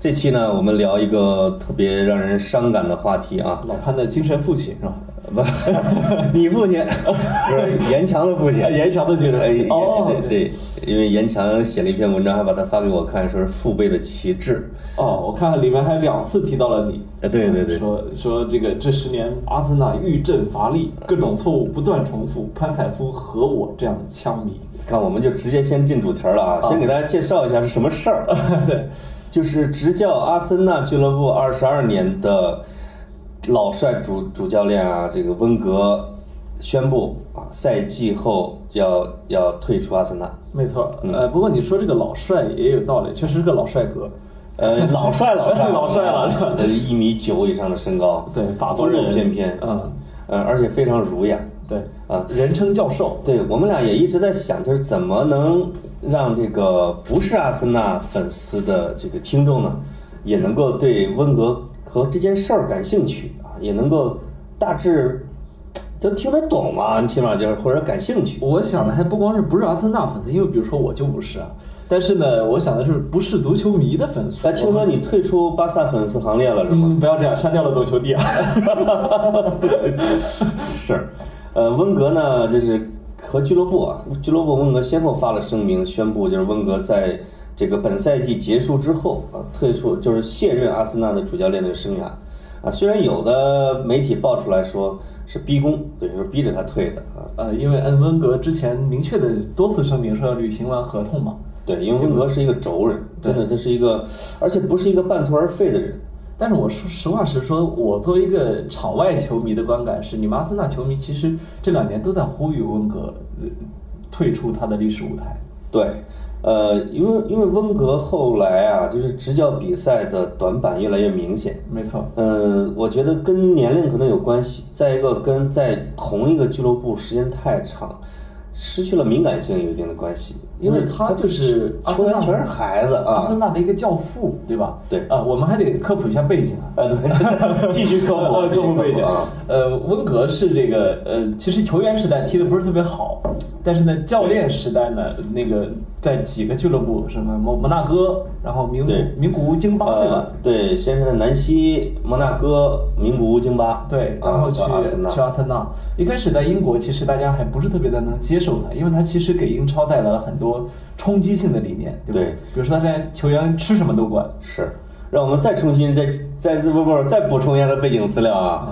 这期呢，我们聊一个特别让人伤感的话题 啊，老潘的精神父亲是吧？不，你父亲 不是严强的父亲，哎 严强的精神父哎亲哦对对对，因为严强写了一篇文章，还把它发给我看，说是父辈的旗帜，哦，我看里面还两次提到了你，呃，对对对，说说这个这十年阿森纳遇阵乏力，各种错误不断重复，潘采夫和我这样的枪迷，看我们就直接先进主题儿了啊，先给大家介绍一下是什么事儿， 对，就是执教阿森纳俱乐部二十二年的老帅主主教练啊，这个温格宣布啊，赛季后要要退出阿森纳。没错。呃，不过你说这个老帅也有道理，确实是个老帅哥，呃，老帅老帅 老帅了是 吧呃，一米九以上的身高，对法国人风度翩翩，嗯，呃，而且非常儒雅，对，啊，人称教授，对我们俩也一直在想，就是怎么能让这个不是阿森纳粉丝的这个听众呢，也能够对温格和这件事儿感兴趣啊，也能够大致都听得懂嘛，你起码就是或者感兴趣。我想的还不光是不是阿森纳粉丝，因为比如说我就不是啊，但是呢，我想的是不是足球迷的粉丝。哎，听说你退出巴萨粉丝行列了是吗？嗯，不要这样，删掉了足球帝啊。是，呃，温格呢，就是和俱乐部啊，俱乐部温格先后发了声明，宣布就是温格在这个本赛季结束之后啊，退出就是卸任阿森纳的主教练的生涯啊。虽然有的媒体爆出来说是逼宫，等于说逼着他退的啊。呃，因为恩温格之前明确的多次声明说要履行完合同嘛，对，因为温格是一个轴人，真的，这是一个，而且不是一个半途而废的人。但是我说实话实说，我作为一个场外球迷的观感是，你们阿森纳球迷其实这两年都在呼吁温格、呃退出他的历史舞台。对，呃，因为因为温格后来啊，就是执教比赛的短板越来越明显，没错，呃，我觉得跟年龄可能有关系，再一个跟在同一个俱乐部时间太长，失去了敏感性有一定的关系，因为他他就是阿球森纳员全是孩子阿啊 森，纳的一个教父，对吧？对啊、我们还得科普一下背景啊啊。对，继续 科呃普，科普背景啊，。 呃，温格是这个呃，其实球员时代踢的不是特别好，但是呢，教练时代呢，那个在几个俱乐部，什么摩摩纳哥，然后名古对名古屋京巴，对吧呃？，对，先是在南希、摩纳哥、名古屋、京巴，对，然后啊去、到阿森纳去，阿森纳。一开始在英国，其实大家还不是特别的能接受他，因为他其实给英超带来了很多冲击性的理念，对不对比如说他现在球员吃什么都管，是，让我们再重新再再不不再补充一下他背景资料嗯啊，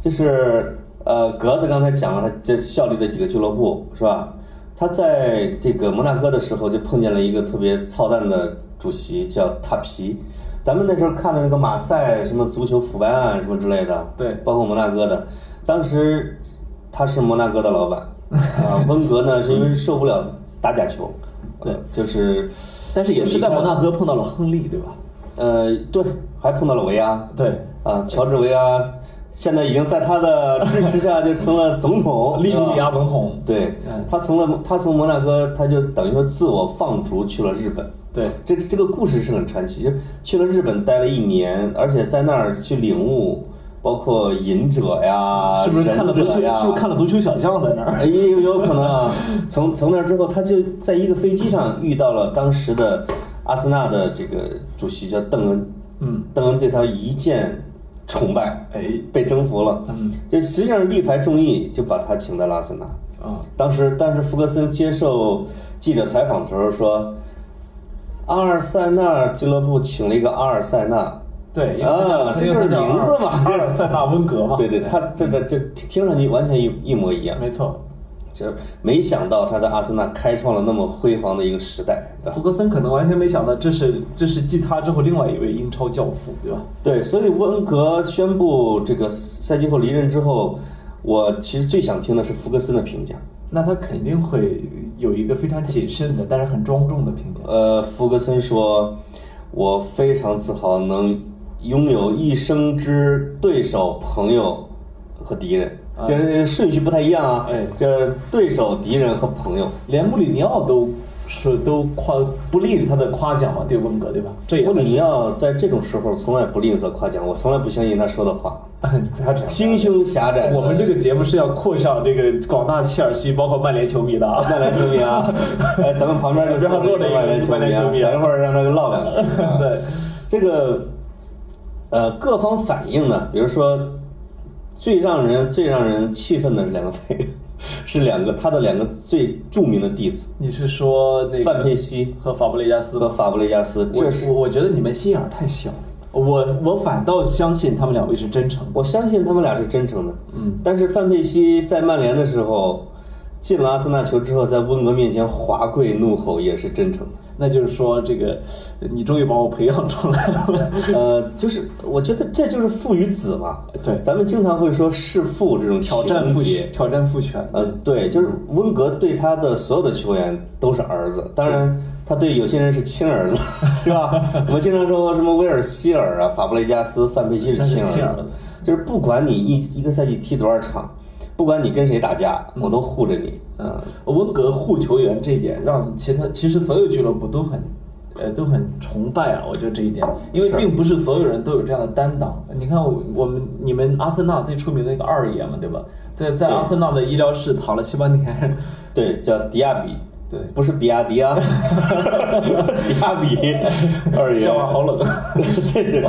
就是呃，格子刚才讲了他这效力的几个俱乐部是吧？他在这个摩纳哥的时候就碰见了一个特别操蛋的主席，叫塔皮。咱们那时候看的那个马赛什么足球腐败案什么之类的，对包括摩纳哥的，当时他是摩纳哥的老 板，啊，温格呢是因为受不了打假球，对呃，就是但是也是在离开摩纳哥碰到了亨利，对吧？呃，对，还碰到了维阿，对，啊，乔治维阿现在已经在他的支持下就成了总统，利对吧物浦亚文红，对嗯，他从了他从摩纳哥，他就等于说自我放逐去了日本。对这这个故事是很传奇，就是去了日本待了一年，而且在那儿去领悟，包括隐者呀，是不是看了足忍球？者是呀，不是看了足球小将在那儿？哎，有有可能啊。从从那之后，他就在一个飞机上遇到了当时的阿森纳的这个主席叫邓恩，嗯，邓恩对他一见崇拜，哎，被征服了。嗯，这实际上是力排众议，就把他请到了阿森纳。啊，当时，但是福格森接受记者采访的时候说，阿尔塞纳俱乐部请了一个阿尔塞纳，对，因为啊他这就是名字嘛阿尔塞纳温格嘛，对对，他这个这听上去完全一一模一样。没错。这没想到他在阿森纳开创了那么辉煌的一个时代，对吧福格森可能完全没想到，这是这是继他之后另外一位英超教父，对吧？对，所以温格宣布这个赛季后离任之后，我其实最想听的是福格森的评价。那他肯定会有一个非常谨慎的，但是很庄重的评价。呃，福格森说：“我非常自豪能拥有一生之对手、朋友和敌人，啊就是那个顺序不太一样啊。哎就是对手、敌人和朋友。连穆里尼奥都说都夸不吝他的夸奖嘛，对温格对吧？这也穆里算是尼奥在这种时候从来不吝啬夸奖，我从来不相信他说的话。 你不要这样。心胸狭窄的，我们这个节目是要扩向这个广大切尔西，包括曼联球迷的啊。曼联球迷 啊，哎，咱们旁边就边上坐着一个曼联球曼联球迷迷啊啊，等一会儿让他唠两句啊。 对，这个呃各方反应呢，比如说最让人最让人气愤的是两个配，是两个他的两个最著名的弟子你是说那个范佩西和法布雷加斯和吗？法布雷加斯，我这是我我觉得你们心眼儿太小了，我我反倒相信他们两位是真诚的。我相信他们俩是真诚的。嗯，但是范佩西在曼联的时候。进了阿森纳球之后，在温格面前华贵怒吼也是真诚的。那就是说，这个你终于把我培养出来了。呃，就是我觉得这就是父与子嘛。对咱们经常会说弑父这种挑 战情父节权，挑战父权。呃，对，就是温格对他的所有的球员都是儿子，当然他对有些人是亲儿子， 是吧？我们经常说什么威尔希尔啊、法布雷加斯、范佩西是亲那是亲儿儿子子，就是不管你一一个赛季踢多少场，不管你跟谁打架，我都护着你。嗯，呃温格护球员这一点，让其他其实所有俱乐部都很，呃，都很崇拜啊。我觉得这一点，因为是并不是所有人都有这样的担当。你看我，我们你们阿森纳最出名的那个二爷嘛，对吧？在在对阿森纳的医疗室躺了七八年， 对，叫迪亚比，对，不是比亚迪 啊， 迪亚比二爷。笑话好冷。 这个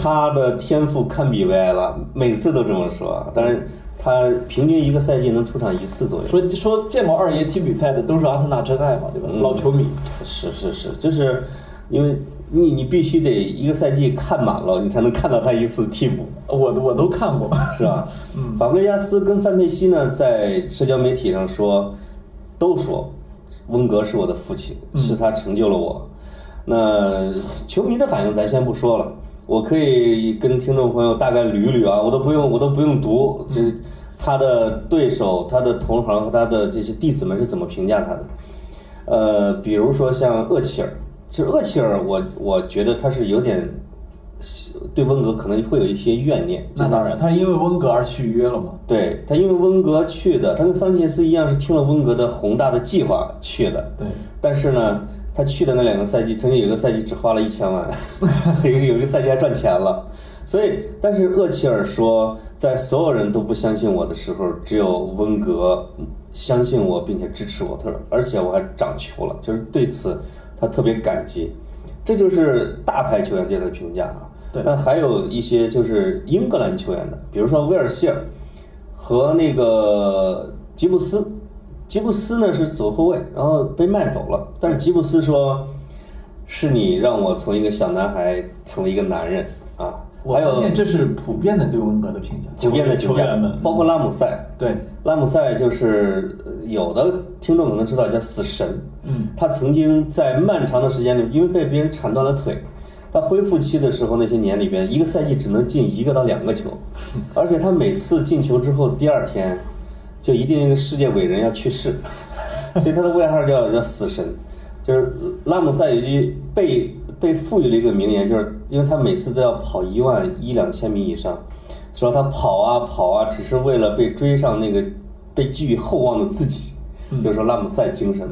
他的天赋堪比维埃拉，每次都这么说。但是他平均一个赛季能出场一次左右。说说见过二爷踢比赛的都是阿森纳真爱嘛，对吧？嗯老球迷，是是是，就是因为你你必须得一个赛季看满了，你才能看到他一次替补，我我都看 过。是啊吧？嗯法布雷加斯跟范佩西呢，在社交媒体上说，都说温格是我的父亲，嗯是他成就了我。那球迷的反应咱先不说了，我可以跟听众朋友大概捋一捋啊，我都不用我都不用读，嗯就是他的对手、他的同行和他的这些弟子们是怎么评价他的。呃，比如说像厄齐尔，其实厄齐尔我，我觉得他是有点对温格可能会有一些怨念。那当然，他是因为温格而续约了嘛。对他，因为温格去的，他跟桑切斯一样是听了温格的宏大的计划去的。对，但是呢，他去的那两个赛季，曾经有一个赛季只花了一千万， 有一个有一个赛季还赚钱了。所以，但是厄齐尔说，在所有人都不相信我的时候，只有温格相信我，并且支持我，他说，而且我还长球了，就是对此他特别感激。这就是大牌球员对他的评价啊。对那还有一些就是英格兰球员的，比如说威尔希尔和那个吉布斯。吉布斯呢是左后卫，然后被卖走了。但是吉布斯说：“是你让我从一个小男孩成为一个男人啊。”我还发有现这是普遍的对温格的评价，普遍的评球价员们，，包括拉姆塞。对，拉姆塞就是呃有的听众可能知道叫死神，嗯，他曾经在漫长的时间里，因为被别人铲断了腿，他恢复期的时候那些年里边，一个赛季只能进一个到两个球，而且他每次进球之后，第二天就一定一个世界伟人要去世， 所以他的外号叫叫死神，就是拉姆塞有一句被被赋予了一个名言，就是因为他每次都要跑一万一两千米以上，说他跑啊跑啊，只是为了被追上那个被寄予厚望的自己，嗯就是说拉姆塞精神。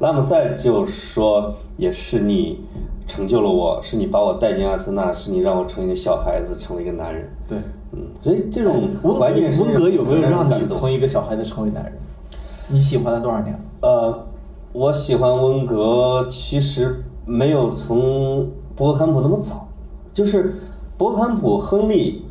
拉姆塞就说，也是你成就了我，是你把我带进阿森纳，是你让我成一个小孩子，成为一个男人。对，嗯，所以这种哎温怀念是温格有没有让感你动从一个小孩子成为男人？你喜欢了多少年？呃，我喜欢温格，其实没有从博格坎普那么早，就是博格坎普、亨利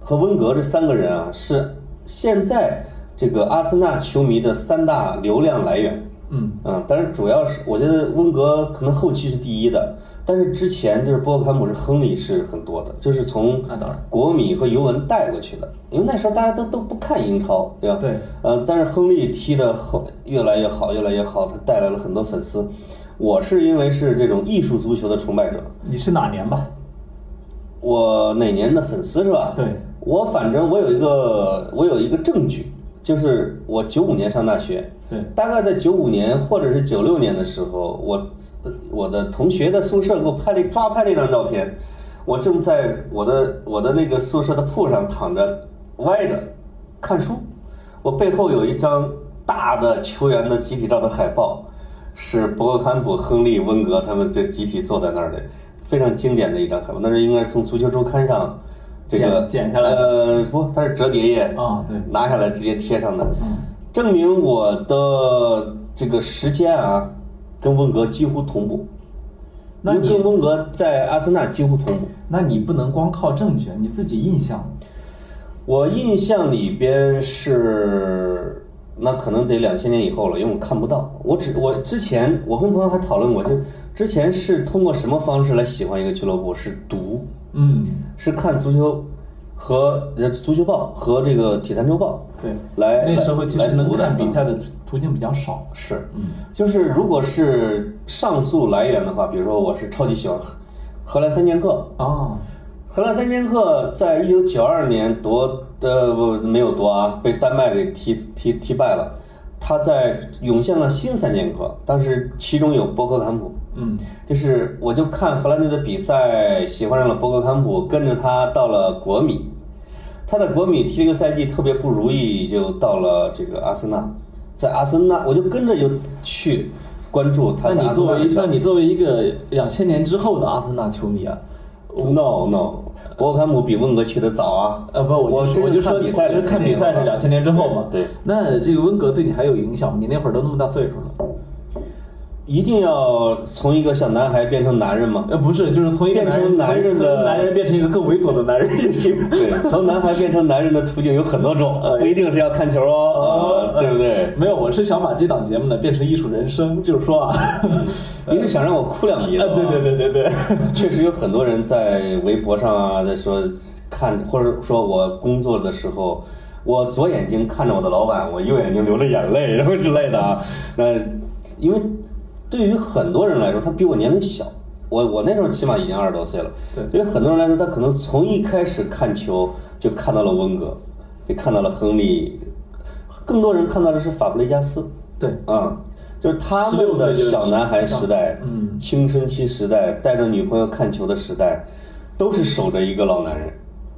和温格这三个人啊，是现在这个阿森纳球迷的三大流量来源。嗯，嗯，但是主要是我觉得温格可能后期是第一的，但是之前就是波克坎普是亨利是很多的，就是从那当然国米和尤文带过去的，因为那时候大家都都不看英超，对吧？对。呃，但是亨利踢的后越来越好，越来越好，他带来了很多粉丝。我是因为是这种艺术足球的崇拜者，你是哪年吧？我哪年的粉丝是吧？对我反正我有一个我有一个证据，就是我九五年上大学，对大概在九五年或者是九六年的时候，我呃我的同学的宿舍给我拍了抓拍了一张照片，我正在我的我的那个宿舍的铺上躺着歪着看书，我背后有一张大的球员的集体照的海报，是博格坎普、亨利、温格他们这集体坐在那儿的，非常经典的一张海报，那是应该是从足球周刊上。这个剪剪下来的呃，不，它是折叠页啊对拿下来直接贴上的，证明我的这个时间啊，跟温格几乎同步。那因为你跟温格在阿森纳几乎同步。那你不能光靠证据，你自己印象。我印象里边是，那可能得两千年以后了，因为我看不到。我只我之前我跟朋友还讨论过，就之前是通过什么方式来喜欢一个俱乐部？是读，嗯，是看足球和呃足球报和这个体坛周报。对，来那时候其实来能读的看比赛的途途径比较少。是，就是如果是上溯来源的话，比如说我是超级喜欢荷荷兰三剑客，啊，荷兰三剑客在一九九二年夺呃不没有夺啊，被丹麦给踢踢踢败了。他在涌现了新三剑客，但是其中有博格坎普，嗯，就是我就看荷兰队的比赛，喜欢上了博格坎普，跟着他到了国米。他在国米踢了一个赛季特别不如意，就到了这个阿森纳，在阿森纳我就跟着就去关注他那在你阿森作纳为的消那息你作为一个两千年之后的阿森纳球迷啊， No No，博格坎普比温格去的早啊。呃，不，我我就真我是就看说比赛我就看比赛是的两千年之后嘛。对对那这个温格对你还有影响吗？你那会儿都那么大岁数了，一定要从一个小男孩变成男人吗？ 呃，不是，就是从一个变成男男人的从男人变成一个更猥琐的男人，也是 对，从男孩变成男人的途径有很多种，哎不一定是要看球哦，啊对不对？没有，我是想把这档节目呢变成艺术人生，就是说 啊，你是想让我哭两集 哦啊的？对对对对对，对， 确实有很多人在微博上啊，在说看，或者说我工作的时候，我左眼睛看着我的老板，我右眼睛流着眼泪，然后之类的啊。那因为对于很多人来说，他比我年龄小。我我那时候起码已经二十多岁了，对对于很多人来说，他可能从一开始看球就看到了温格，就看到了亨利，更多人看到的是法布雷加斯，对，啊，就是他们的小男孩时代、嗯青春期时代，带着女朋友看球的时代，都是守着一个老男人。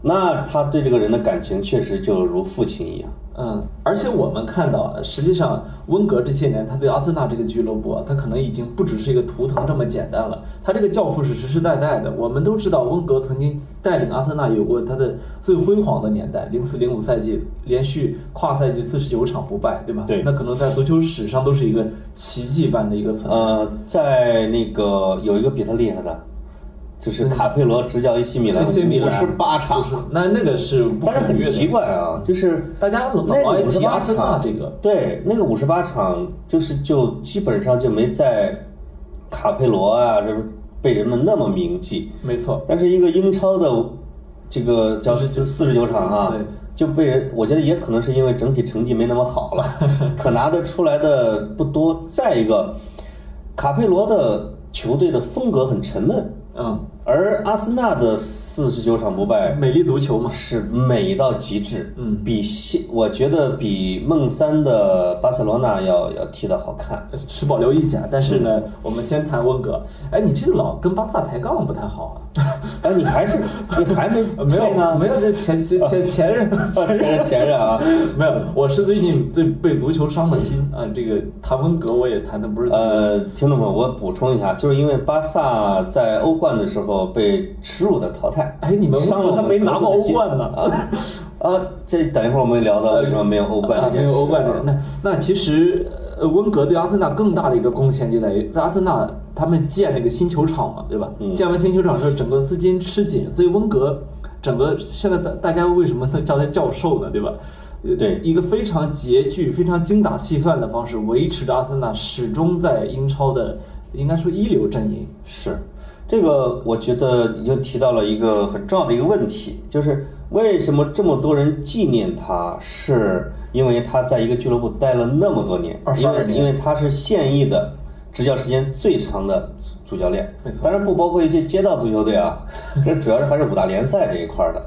那他对这个人的感情确实就如父亲一样。嗯，而且我们看到啊，实际上温格这些年他对阿森纳这个俱乐部啊，他可能已经不只是一个图腾这么简单了，他这个教父是实实在在的。我们都知道温格曾经带领阿森纳有过他的最辉煌的年代，零四零五赛季连续跨赛季四十九场不败，对吧？对那可能在足球史上都是一个奇迹般的一个存在。呃，在那个有一个比他厉害的，就是卡佩罗执教 AC 米兰 AC 米兰五十八场，那那个是不但是可很逾越奇的。怪啊，就是大家老那爱个五十提阿八森纳场这个，对，那个五十八场就是就基本上就没在卡佩罗啊，就是被人们那么铭记。没错，但是一个英超的这个叫四四十九场啊对，就被人我觉得也可能是因为整体成绩没那么好了， 可拿得出来的不多。再一个，卡佩罗的球队的风格很沉闷，嗯，而阿森纳的四十九场不败美丽足球嘛，是美到极致，嗯比现我觉得比梦三的巴塞罗那要要踢得好看。吃保留意见，但是呢，我们先谈温格。哎，你这个老跟巴萨抬杠不太好 哎，你还 是你还没啊？没退有， 呢？没有，这前前前前任 前任前任啊，没有。我是最近最被足球伤了心啊。这个谈温格我也谈的不是，呃，听众朋友，我补充一下，就是因为巴萨在欧冠的时候被耻辱的淘汰，哎，你们温伤了格我他们没拿过格子欧的心冠呢。啊啊！这等一会儿我们聊到为什么没有欧冠啊这件没事。有欧冠这件那那其实，呃，温格对阿森纳更大的一个贡献就在于，在阿森纳他们建那个新球场嘛，对吧？嗯建完新球场之后，整个资金吃紧，所以温格整个现在大大家为什么能叫他教授呢？对吧？呃对一个非常拮据、非常精打细算的方式，维持着阿森纳始终在英超的应该说一流阵营。是，这个我觉得你就提到了一个很重要的一个问题，就是为什么这么多人纪念他，是因为他在一个俱乐部待了那么多年， 22因为年因为他是现役的执教时间最长的主教练没错，当然不包括一些街道足球队啊，这主要是还是五大联赛这一块儿的。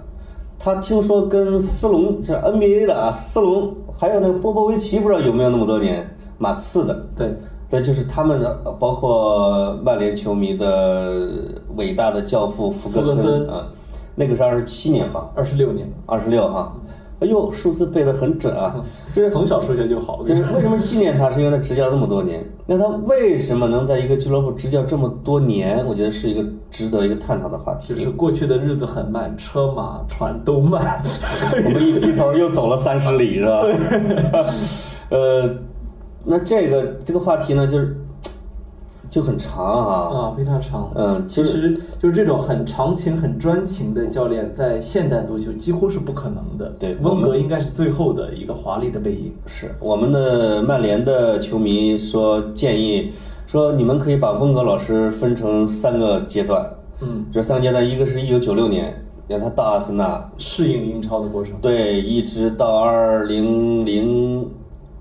他听说跟斯隆是 NBA 的啊，斯隆还有那个波波维奇，不知道有没有那么多年，马刺的，对，但就是他们的，呃包括曼联球迷的伟大的教父福格福格森森啊，那个是二十七年吧，二十六年，二十六哈，哎呦，数字背得很准啊，就是从小数学就好。我就跟你是说为什么纪念他，是因为他执教这么多年。那他为什么能在一个俱乐部执教这么多年？我觉得是一个值得一个探讨的话题。就是过去的日子很慢，车马船都慢。 我们一低头又走了三十里，是吧？ 呃，那这个这个话题呢，就是就很长啊。啊，非常长。嗯其就是实就是这种很长情、很专情的教练，在现代足球几乎是不可能的。对我温们格应该是最后的一个华丽的背影。是我们的曼联的球迷说建议说，你们可以把温格老师分成三个阶段。嗯，这三个阶段，一个是一九九六年，让他到阿森纳，适应英超的过程，对，一直到二零零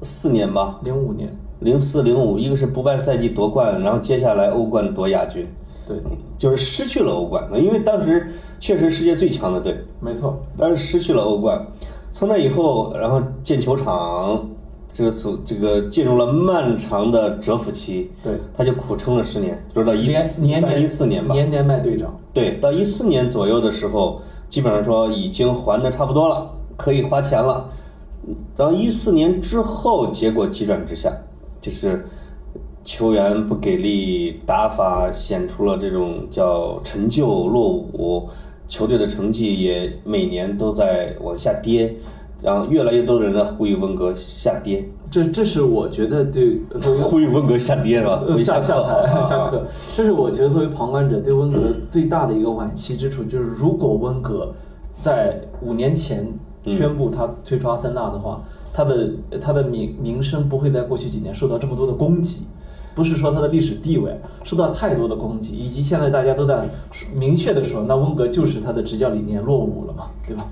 四年吧，零五年，零四零五，一个是不败赛季夺冠，然后接下来欧冠夺亚军。对，就是失去了欧冠，因为当时确实世界最强的队，没错，但是失去了欧冠。从那以后，然后建球场，这个组这个进入了漫长的蛰伏期，对，他就苦撑了十年，就是到呃一年四年三年一四年吧，年年卖队长，对，到一四年左右的时候，基本上说已经还的差不多了，可以花钱了。然后一四年之后，结果急转直下，就是球员不给力，打法显出了这种叫陈旧落伍，球队的成绩也每年都在往下跌，然后越来越多的人在呼吁温格下跌，这这是我觉得对作为呼吁温格下跌是吧？呃回下课下啊 台下课，这是我觉得作为旁观者对温格最大的一个惋惜之处，就是如果温格在五年前嗯宣布他退出阿森纳的话，他的他的名名声不会在过去几年受到这么多的攻击。不是说他的历史地位受到太多的攻击，以及现在大家都在说明确的说，那温格就是他的执教理念落伍了嘛，对吧？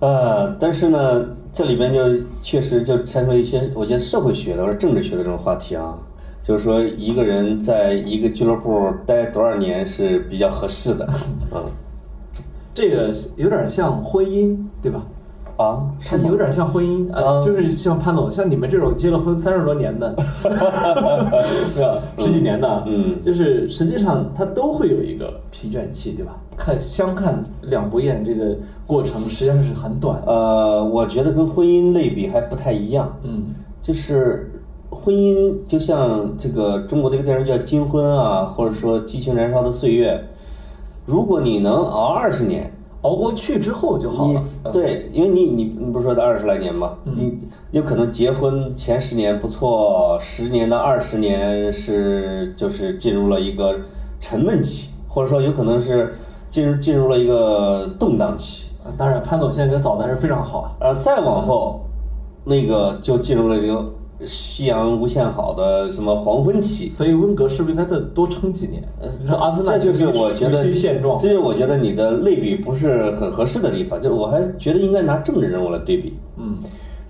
呃，但是呢，这里边就确实就牵出一些我觉得社会学的或者政治学的这种话题啊，就是说一个人在一个俱乐部待多少年是比较合适的， 嗯这个有点像婚姻，对吧？啊，是它吗有点像婚姻，啊呃，就是像潘总，像你们这种结了婚三十多年 的，对吧？十几年的，嗯就是实际上它都会有一个疲倦期，对吧？看相看两不厌这个过程实际上是很短的，呃，我觉得跟婚姻类比还不太一样，嗯，就是婚姻就像这个中国的一个电视剧叫《金婚》啊，或者说《激情燃烧的岁月》，如果你能熬二十年，熬过去之后就好了。嗯你对，因为你你你不是说才二十来年吗？你有可能结婚前十年不错，十年到二十年是就是进入了一个沉闷期，或者说有可能是进入进入了一个动荡期，呃当然潘总现在跟嫂子还是非常好啊，而再往后，那个就进入了这个夕阳无限好的什么黄昏期。所以温格是不是应该再多撑几年？你说阿森纳呃这就是我觉得熟悉现状这，就是我觉得你的类比不是很合适的地方，就是我还觉得应该拿政治人物来对比。嗯，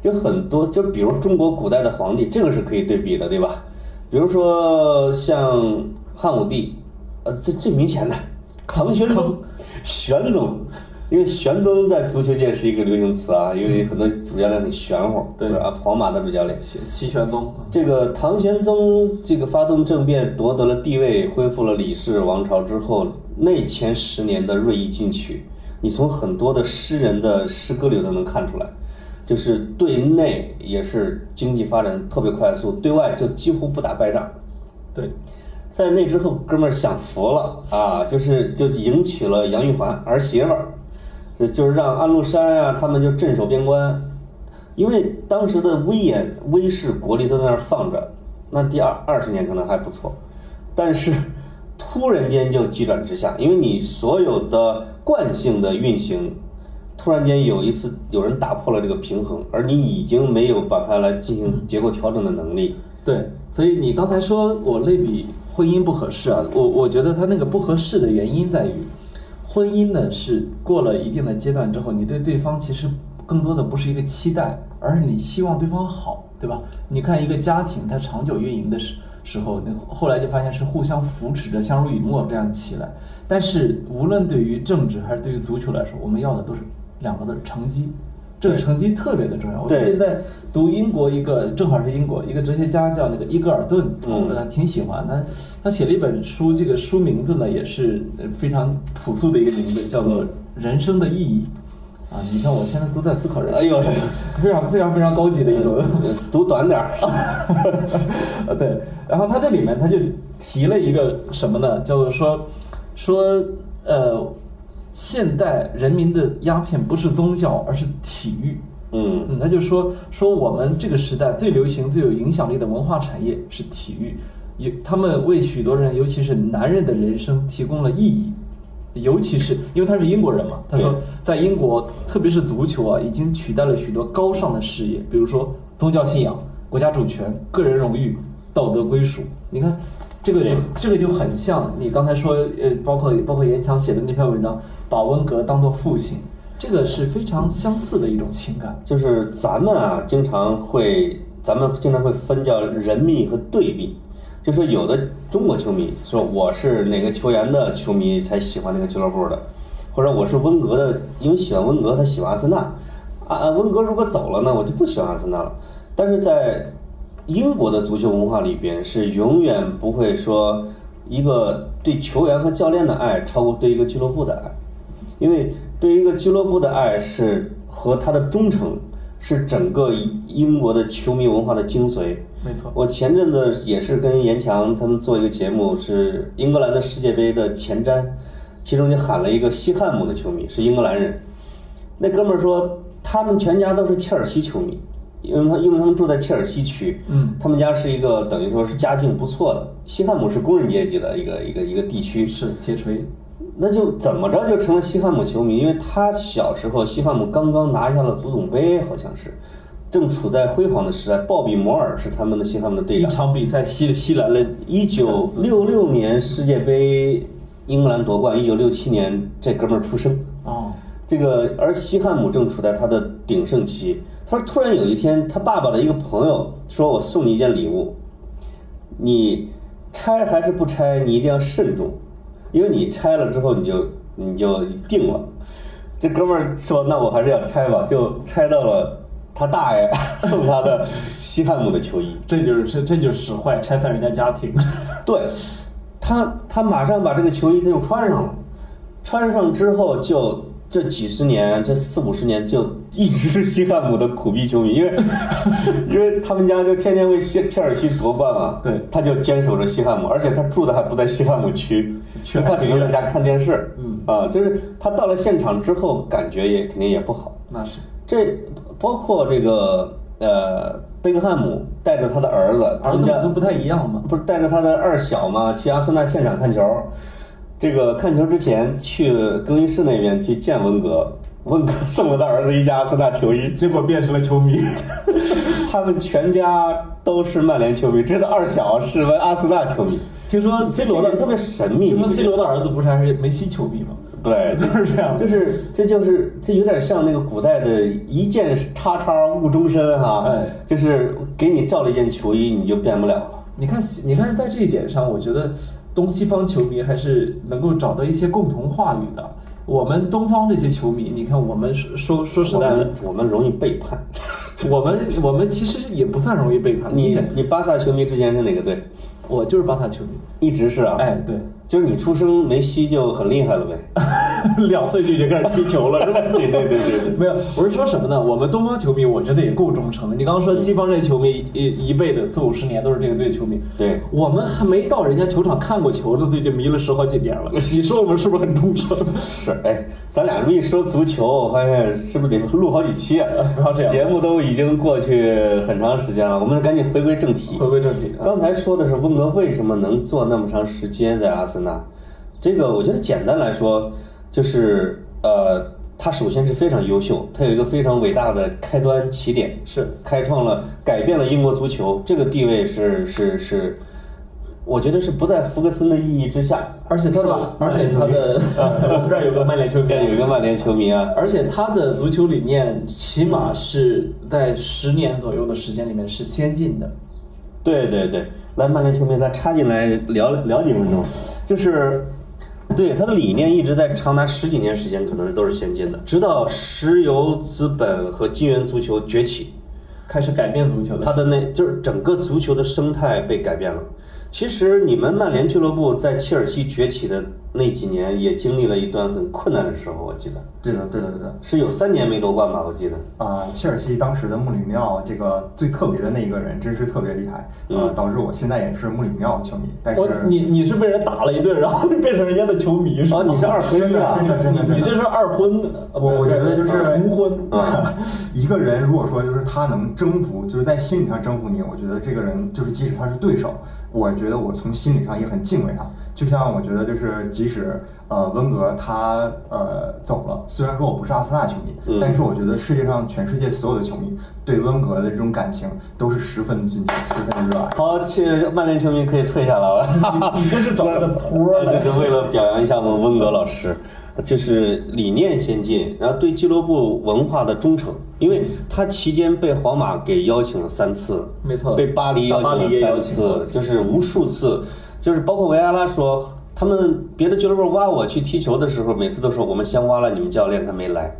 就很多，就比如中国古代的皇帝，这个是可以对比的，对吧？比如说像汉武帝，呃，最最明显的唐玄宗、玄宗，因为玄宗在足球界是一个流行词啊，因为很多主教练很玄乎，嗯对是吧啊，皇马的主教练。齐齐嗯玄宗，这个唐玄宗这个发动政变，夺得了帝位，恢复了李氏王朝之后，那前十年的锐意进取，你从很多的诗人的诗歌里都能看出来，就是对内也是经济发展特别快速，对外就几乎不打败仗。对，在那之后，哥们儿享福了啊，就是就迎娶了杨玉环儿媳妇儿，就就是让安禄山啊他们就镇守边关，因为当时的威严、威势、国力都在那儿放着，那第二二十年可能还不错，但是突然间就急转直下，因为你所有的惯性的运行，突然间有一次有人打破了这个平衡，而你已经没有把它来进行结构调整的能力。对，所以你刚才说我类比婚姻不合适啊，我我觉得它那个不合适的原因在于，婚姻呢是过了一定的阶段之后，你对对方其实更多的不是一个期待，而是你希望对方好，对吧？你看一个家庭，它长久运营的时时候，那后来就发现是互相扶持着、相濡以沫这样起来。但是无论对于政治还是对于足球来说，我们要的都是两个字儿成绩。这个成绩特别的重要。我对最近在读英国一个，正好是英国一个哲学家叫那个伊格尔顿，嗯我还挺喜欢他。他写了一本书，这个书名字呢也是呃非常朴素的一个名字，叫嗯做《人生的意义》。啊，你看我现在都在思考人生哎，呦，非常非常非常高级的一种。读短点儿，呃，嗯 对，然后他这里面他就提了一个什么呢？叫做说说呃，现代人民的鸦片不是宗教，而是体育。嗯嗯，他就说说我们这个时代最流行、最有影响力的文化产业是体育，也他们为许多人，尤其是男人的人生提供了意义。尤其是因为他是英国人嘛，他说对在英国，特别是足球啊，已经取代了许多高尚的事业，比如说宗教信仰、国家主权、个人荣誉、道德归属。你看，这个就对这个就很像你刚才说，呃，包括包括严强写的那篇文章，把温格当做父亲，这个是非常相似的一种情感。就是咱们啊，经常会，咱们经常会分叫人迷和队迷，就说有的中国球迷说我是哪个球员的球迷才喜欢这个俱乐部的，或者我是温格的，因为喜欢温格，他喜欢阿森纳。啊，啊温格如果走了呢，我就不喜欢阿森纳了。但是在英国的足球文化里边，是永远不会说一个对球员和教练的爱超过对一个俱乐部的爱。因为对一个俱乐部的爱是和他的忠诚是整个英国的球迷文化的精髓。没错，我前阵子也是跟严强他们做一个节目，是英格兰的世界杯的前瞻，其中就喊了一个西汉姆的球迷，是英格兰人。那哥们儿说，他们全家都是切尔西球迷，因为他因为他们住在切尔西区，嗯，他们家是一个等于说是家境不错的，西汉姆是工人阶级的一个一个一个地区，是铁锤，那就怎么着就成了西汉姆球迷，因为他小时候西汉姆刚刚拿下了足总杯，好像是，正处在辉煌的时代。鲍比摩尔是他们的西汉姆的队一长。场比赛吸吸来了一九六六年世界杯，英格兰夺冠。一九六七年，这哥们儿出生。哦，这个而西汉姆正处在他的鼎盛期。他说，突然有一天，他爸爸的一个朋友说：“我送你一件礼物，你拆还是不拆，你一定要慎重，因为你拆了之后，你就你就定了。” 这哥们儿说：“那我还是要拆吧。”就拆到了他大爷 送他的西汉姆的球衣。这就是这这就是使坏，拆散人家家庭。对，他他马上把这个球衣他就穿上了，穿上之后就这几十年，这四五十年就一直是西汉姆的苦逼球迷，因为 因为他们家就天天为切切尔西夺冠嘛，对他就坚守着西汉姆，而且他住的还不在西汉姆区， 去他海只边能在家看电视，嗯啊，就是他到了现场之后，感觉也肯定也不好， 那是这包括这个呃贝克汉姆带着他的儿子，他儿们子家们都不太一样嘛。不是带着他的二小嘛，去阿森纳现场看球。这个看球之前去更衣室那边去见温格，温格送了他儿子一件阿森纳球衣，结果变成了球迷， 他们全家都是曼联球迷，只有他二小是阿森纳球迷。听说 C 罗的特别神秘，听说你不 C 觉得罗的儿子不是还是梅西球迷吗？对，就是这样。就是这就是这有点像那个古代的一件叉叉误终身哈、哎就是给你罩了一件球衣，你就变不了了。你看，你看，在这一点上，我觉得东西方球迷还是能够找到一些共同话语的。我们东方这些球迷，你看，我们说说说实我在的们，我们容易背叛。我们我们其实也不算容易背叛。你你巴萨球迷之前是哪个队？我就是巴萨球迷，一直是啊，哎，对，就是你出生梅西就很厉害了呗。 两岁就已经开始踢球 了，是吧？对对对对对，没有，我是说什么呢？我们东方球迷，我觉得也够忠诚的。你刚刚说西方这些球迷一一辈子四五十年都是这个队的球迷，对我们还没到人家球场看过球的队就迷了十好几年了。你说我们是不是很忠诚？是哎，咱俩这么一说足球，我发现是不是得录好几期啊？不要这样节目都已经过去很长时间了，我们赶紧回归正题回。归正题，刚才说的是温格为什么能做那么长时间在阿森纳，这个我觉得简单来说就是呃，他首先是非常优秀，他有一个非常伟大的开端起点，是开创了改变了英国足球这个地位是是是，我觉得是不在福格森的意义之下，而且他是的吧，哎而且他的， 我们这儿有个曼联球 迷，啊有一个曼联球迷啊，而且他的足球理念起码是在十年左右的时间里面是先进的。对对对，来曼联球迷，咱插进来聊聊几分钟，就是对他的理念一直在长达十几年时间，可能都是先进的，直到石油资本和金元足球崛起，开始改变足球他的。的那就是整个足球的生态被改变了。其实你们曼联俱乐部在切尔西崛起的那几年，也经历了一段很困难的时候，我记得对的，对的，对的。是有三年没夺冠吧？我记得。啊、切尔西当时的穆里尼奥这个最特别的那一个人，真是特别厉害，呃，嗯导致我现在也是穆里尼奥球迷。但是我你你是被人打了一顿，然后就变成人家的球迷是吧？哦，你是二婚真的，真的，真的，你真这的。是二婚，呃我不我觉得就是重婚。啊， 一个人如果说就是他能征服，就是在心理上征服你，我觉得这个人就是即使他是对手，我觉得我从心理上也很敬畏他。就像我觉得就是即使呃温格他呃走了，虽然说我不是阿森纳球迷，嗯但是我觉得世界上全世界所有的球迷对温格的这种感情都是十分尊敬，十分热爱。好，切曼联球迷可以退下了。你你这是找了个托儿 对对对，为了表扬一下我们温格老师，就是理念先进，然后对俱乐部文化的忠诚，因为他期间被皇马给邀请了三次，没错被巴黎邀请巴了黎也邀三请了次，就是无数次，就是包括维埃拉说，他们别的俱乐部挖我去踢球的时候，每次都说我们先挖了你们教练，他没来。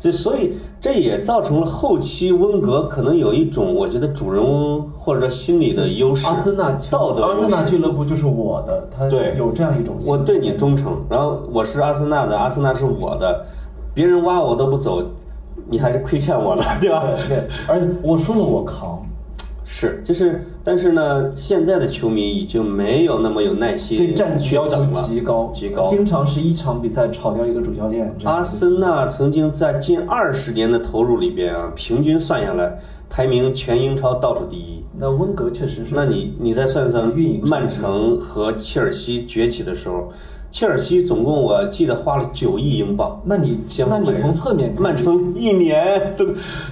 这所以这也造成了后期温格可能有一种我觉得主人翁或者心理的优势，阿森纳球，道德阿优森纳势。俱乐部就是我的，他对有这样一种心态。我对你忠诚，然后我是阿森纳的，阿森纳是我的，别人挖我都不走，你还是亏欠我的，对吧？对对，而且我输了我扛。是，就是，但是呢，现在的球迷已经没有那么有耐心对战需去要求等了，极高，极高。啊经常是一场比赛炒掉一个主教练。这样阿森纳曾经在近二十年的投入里边啊，平均算下来排名全英超倒数第一。那温格确实是，那你你再算算运营上曼城和切尔西崛起的时候，切尔西总共我记得花了九亿英镑，那你先那不你回从侧面看曼，城一年都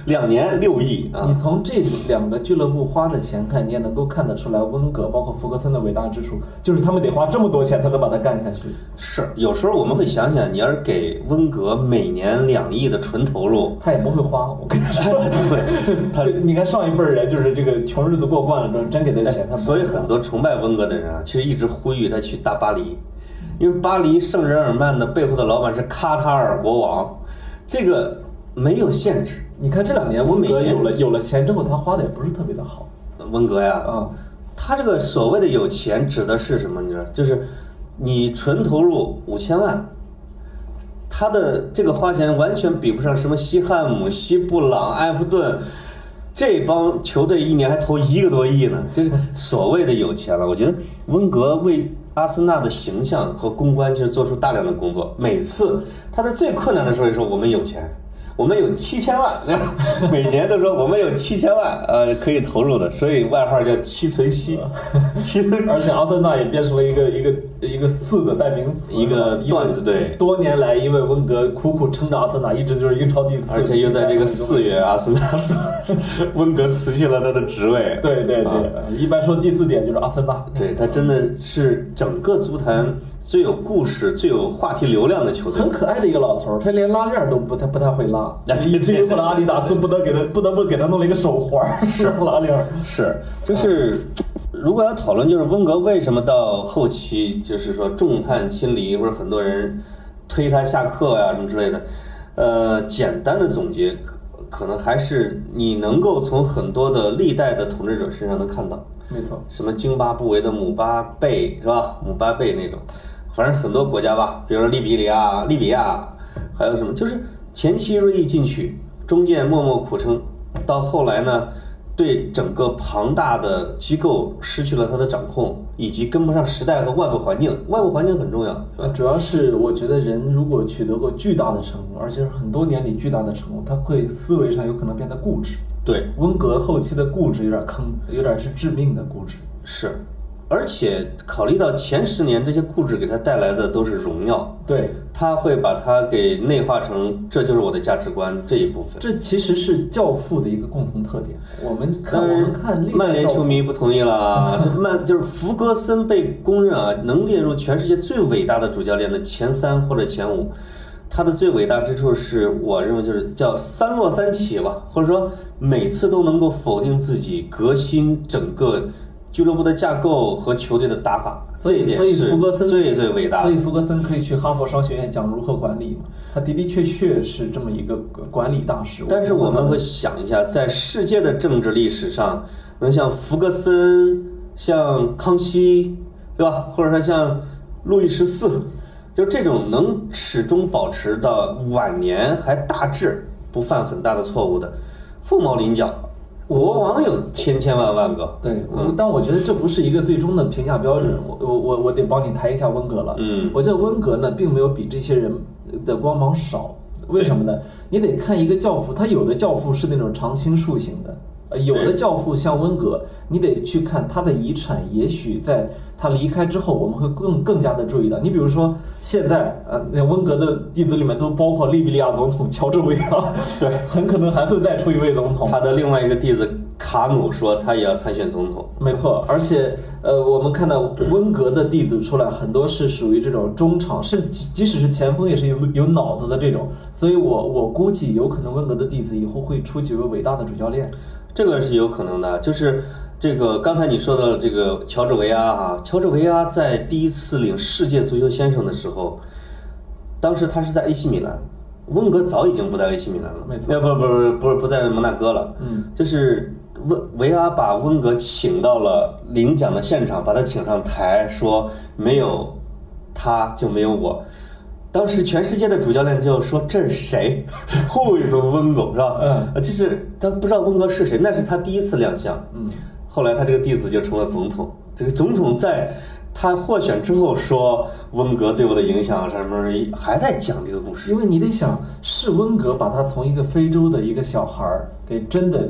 两年六亿你啊，从这两个俱乐部花的钱看，你也能够看得出来，温格包括福格森的伟大之处，就是他们得花这么多钱才能把它干下去。是有时候我们会想想，你要是给温格每年两亿的纯投入，他也不会花，我跟你说， 对他就你看上一辈儿人就是这个穷日子过惯了之后，真给他钱，他哎不会所以花很多崇拜温格的人啊，其实一直呼吁他去大巴黎，因为巴黎圣日耳曼的背后的老板是卡塔尔国王，这个没有限制。你看这两年温格有了有了钱之后，他花的也不是特别的好温格呀，啊。他这个所谓的有钱指的是什么？你知道，就是你纯投入五千万，他的这个花钱完全比不上什么西汉姆、西布朗、埃弗顿这帮球队一年还投一个多亿呢，就是所谓的有钱了。我觉得温格为阿森纳的形象和公关就是做出大量的工作，每次他在最困难的时候也说我们有钱。我们有七千万， 对吧？每年都说我们有七千万，呃，可以投入的，所以外号叫“七存息”，七存而且阿森纳也变成了一个一个一个四的代名词，一个段子对多年来，因为温格苦苦撑着阿森纳，一直就是英超第四，而且又在这个四月，阿森纳 温格辞去了他的职位。对对对，啊一般说第四点就是阿森纳。对他真的是整个足坛最有故事、最有话题流量的球队很。可爱的一个老头儿，他连拉链儿都不太不太会拉，啊对以至于后来阿迪达斯不得给他不得不给他弄了一个手环儿，是拉链儿。是，就是如果要讨论，就是温格为什么到后期就是说众叛亲离，或者很多人推他下课呀、什么之类的，呃，简单的总结，可可能还是你能够从很多的历代的统治者身上能看到。没错，什么津巴布韦的姆巴贝是吧？姆巴贝那种，反正很多国家吧，比如说利比里亚、利比亚，还有什么，就是前期锐意进取，中间默默苦撑，到后来呢，对整个庞大的机构失去了他的掌控，以及跟不上时代和外部环境。外部环境很重要，对呃，吧？主要是我觉得人如果取得过巨大的成功，而且是很多年里巨大的成功，他会思维上有可能变得固执。对，温格后期的固执有点坑，有点是致命的固执。是。而且考虑到前十年这些固执给他带来的都是荣耀，对，他会把它给内化成这就是我的价值观这一部分。这其实是《教父》的一个共同特点。我们看，当我然们看历，代曼联教父球迷不同意了。这曼就是福格森被公认啊，能列入全世界最伟大的主教练的前三或者前五。他的最伟大之处是，我认为就是叫三落三起吧，或者说每次都能够否定自己，革新整个俱乐部的架构和球队的打法。所这一以点所以是福格森最最伟大的所以福格森可以去哈佛商学院讲如何管理嘛，他的的确确是这么一个管理大师。但是我们会想一下，在世界的政治历史上，能像福格森、像康熙，对吧？或者说像路易十四，就这种能始终保持到晚年还大致不犯很大的错误的，凤毛麟角。国王有千千万万个，对，我嗯，但我觉得这不是一个最终的评价标准。我我我我得帮你抬一下温格了。嗯我觉得温格呢，并没有比这些人的光芒少。为什么呢？你得看一个教父，他有的教父是那种常青树型的，呃，有的对教父像温格，你得去看他的遗产，也许在他离开之后，我们会更更加的注意到。你比如说，现在呃，那温格的弟子里面都包括利比利亚总统乔治维昂，对很可能还会再出一位总统。他的另外一个弟子卡努说他也要参选总统，没错，而且呃，我们看到温格的弟子出来很多是属于这种中场，是即即使是前锋也是有有脑子的这种，所以我我估计有可能温格的弟子以后会出几位伟大的主教练。这个是有可能的，就是这个刚才你说到这个乔治维阿啊，乔治维阿在第一次领世界足球先生的时候，当时他是在 AC 米兰，温格早已经不在 AC 米兰了，没错呃不不不不是不在摩纳哥了，嗯，就是温维阿把温格请到了领奖的现场，把他请上台，说没有他就没有我。当时全世界的主教练就说：“这是谁 ？Who is 温格？是吧？嗯，就是他不知道温格是谁，那是他第一次亮相。嗯，后来他这个弟子就成了总统。这个总统在他获选之后说温格对我的影响啊什么，还在讲这个故事。因为你得想，是温格把他从一个非洲的一个小孩儿给真的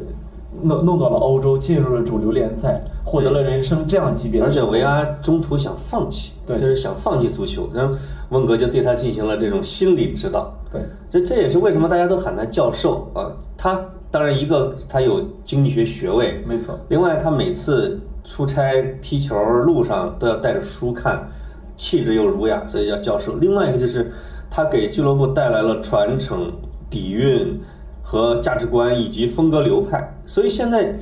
弄弄到了欧洲，进入了主流联赛，获得了人生这样级别的而且成功。维阿中途想放弃，对就是想放弃足球，然后温格就对他进行了这种心理指导。对，这这也是为什么大家都喊他教授啊。他当然一个他有经济学学位，没错。另外，他每次出差踢球路上都要带着书看，气质又儒雅，所以叫教授。另外一个就是他给俱乐部带来了传承、底蕴和价值观以及风格流派。所以现在，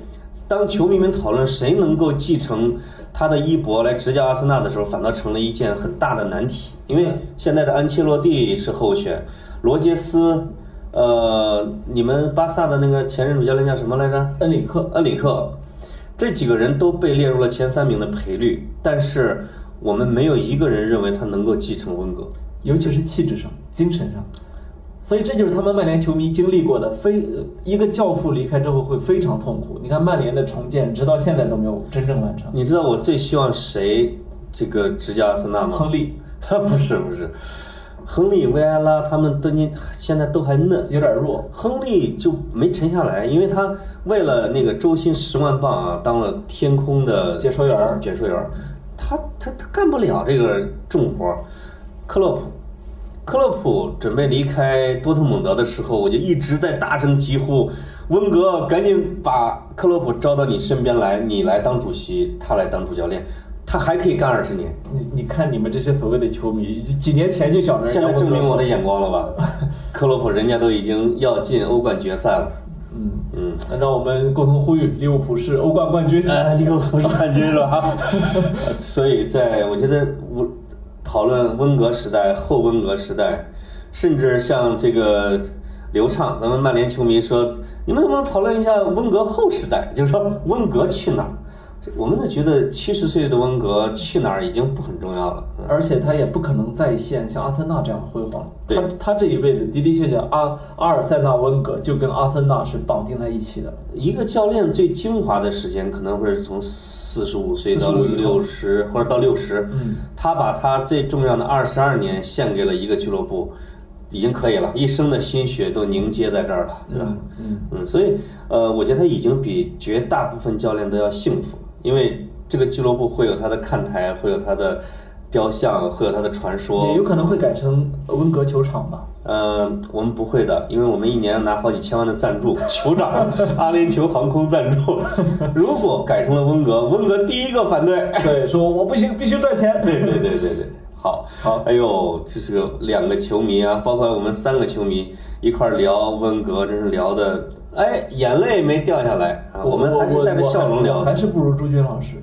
当球迷们讨论谁能够继承他的衣钵来执教阿森纳的时候，反倒成了一件很大的难题，因为现在的安切洛蒂是候选，罗杰斯。呃，你们巴萨的那个前任主教练叫什么来着？恩里克，恩里克，这几个人都被列入了前三名的赔率，但是我们没有一个人认为他能够继承温格。尤其是气质上、精神上。所以这就是他们曼联球迷经历过的，非呃一个教父离开之后会非常痛苦。你看曼联的重建，直到现在都没有真正完成。你知道我最希望谁这个执教阿森纳吗？亨利 不是不是，亨利、维埃拉他们都年现在都还嫩，有点弱，亨利就没沉下来，因为他为了那个周薪十万镑啊，当了天空的解说员儿解说员儿，他他他干不了这个重活儿。克洛普，克洛普准备离开多特蒙德的时候，我就一直在大声疾呼：“温格，赶紧把克洛普招到你身边来，你来当主席，他来当主教练，他还可以干二十年。”你你看你们这些所谓的球迷，几年前就想着人家现在证明我的温格眼光了吧？克洛普人家都已经要进欧冠决赛了。嗯让我们共同呼吁，利物浦是欧冠冠军。呃，利物 浦是冠军是吧？所以在我觉得我讨论温格时代、后温格时代，甚至像这个刘畅，咱们曼联球迷说，你们能不能讨论一下温格后时代？就是说温格去哪儿？这我们都觉得七十岁的温格去哪儿已经不很重要了。嗯而且他也不可能再现像阿森纳这样的辉煌了。对他他这一辈子的的确确，阿阿尔塞纳温格就跟阿森纳是绑定在一起的。一个教练最精华的时间可能会是从四十五岁到45以后六十，或者到六十。嗯，他把他最重要的二十二年献给了一个俱乐部，已经可以了，一生的心血都凝结在这儿了，对吧？嗯，嗯，所以呃，我觉得他已经比绝大部分教练都要幸福，因为这个俱乐部会有他的看台，会有他的雕像，会有他的传说。也有可能会改成温格球场吧。呃，我们不会的，因为我们一年拿好几千万的赞 助，酋长阿联酋航空赞助。如果改成了温格，温格第一个反 对。对，说我不行，必须赚钱。对对对对对，好，好哎呦，这是个两个球迷啊，包括我们三个球迷一块儿聊温格，真是聊的，哎，眼泪没掉下来哦啊，我们还是带着笑容我聊呃还。是不如朱军老师。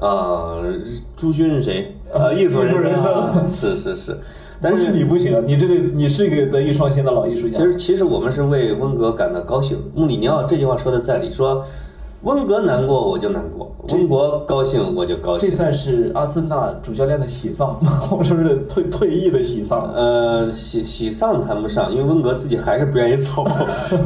啊，朱军是谁？呃，艺术艺术人人生，生是是是，但不是你不行，你这个你是一个德艺双馨的老艺术家。其实，其实我们是为温格感到高兴。穆里尼奥这句话说的在理，说温格难过我就难过，温格高兴我就高这兴。算是阿森纳主教练的喜丧吗？ 我说是退退役的喜丧。呃，喜喜丧谈不上，因为温格自己还是不愿意 走。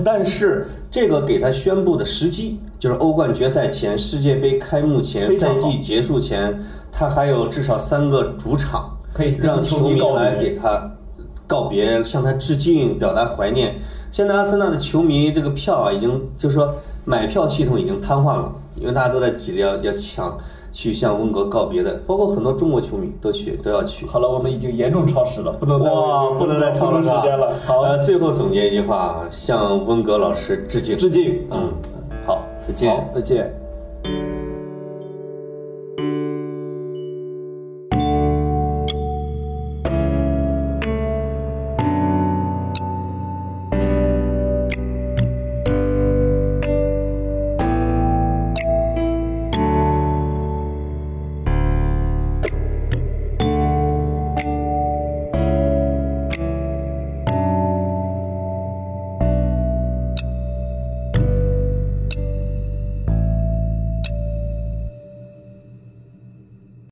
但是这个给他宣布的时机，就是欧冠决赛前、世界杯开幕前、非常赛好季结束前，他还有至少三个主场可以跟让球球迷迷告别来给他告别，向他致敬，表达怀念。现在阿森纳的球迷这个票啊，已经就是说买票系统已经瘫痪了，因为大家都在挤着要要抢去向温格告别的，包括很多中国球迷都去都要去。好了，我们已经严重超时了，不能再哇，不能再超长时间了。好，呃，最后总结一句话，向温格老师致敬，致敬。嗯，好，再见。好，再见。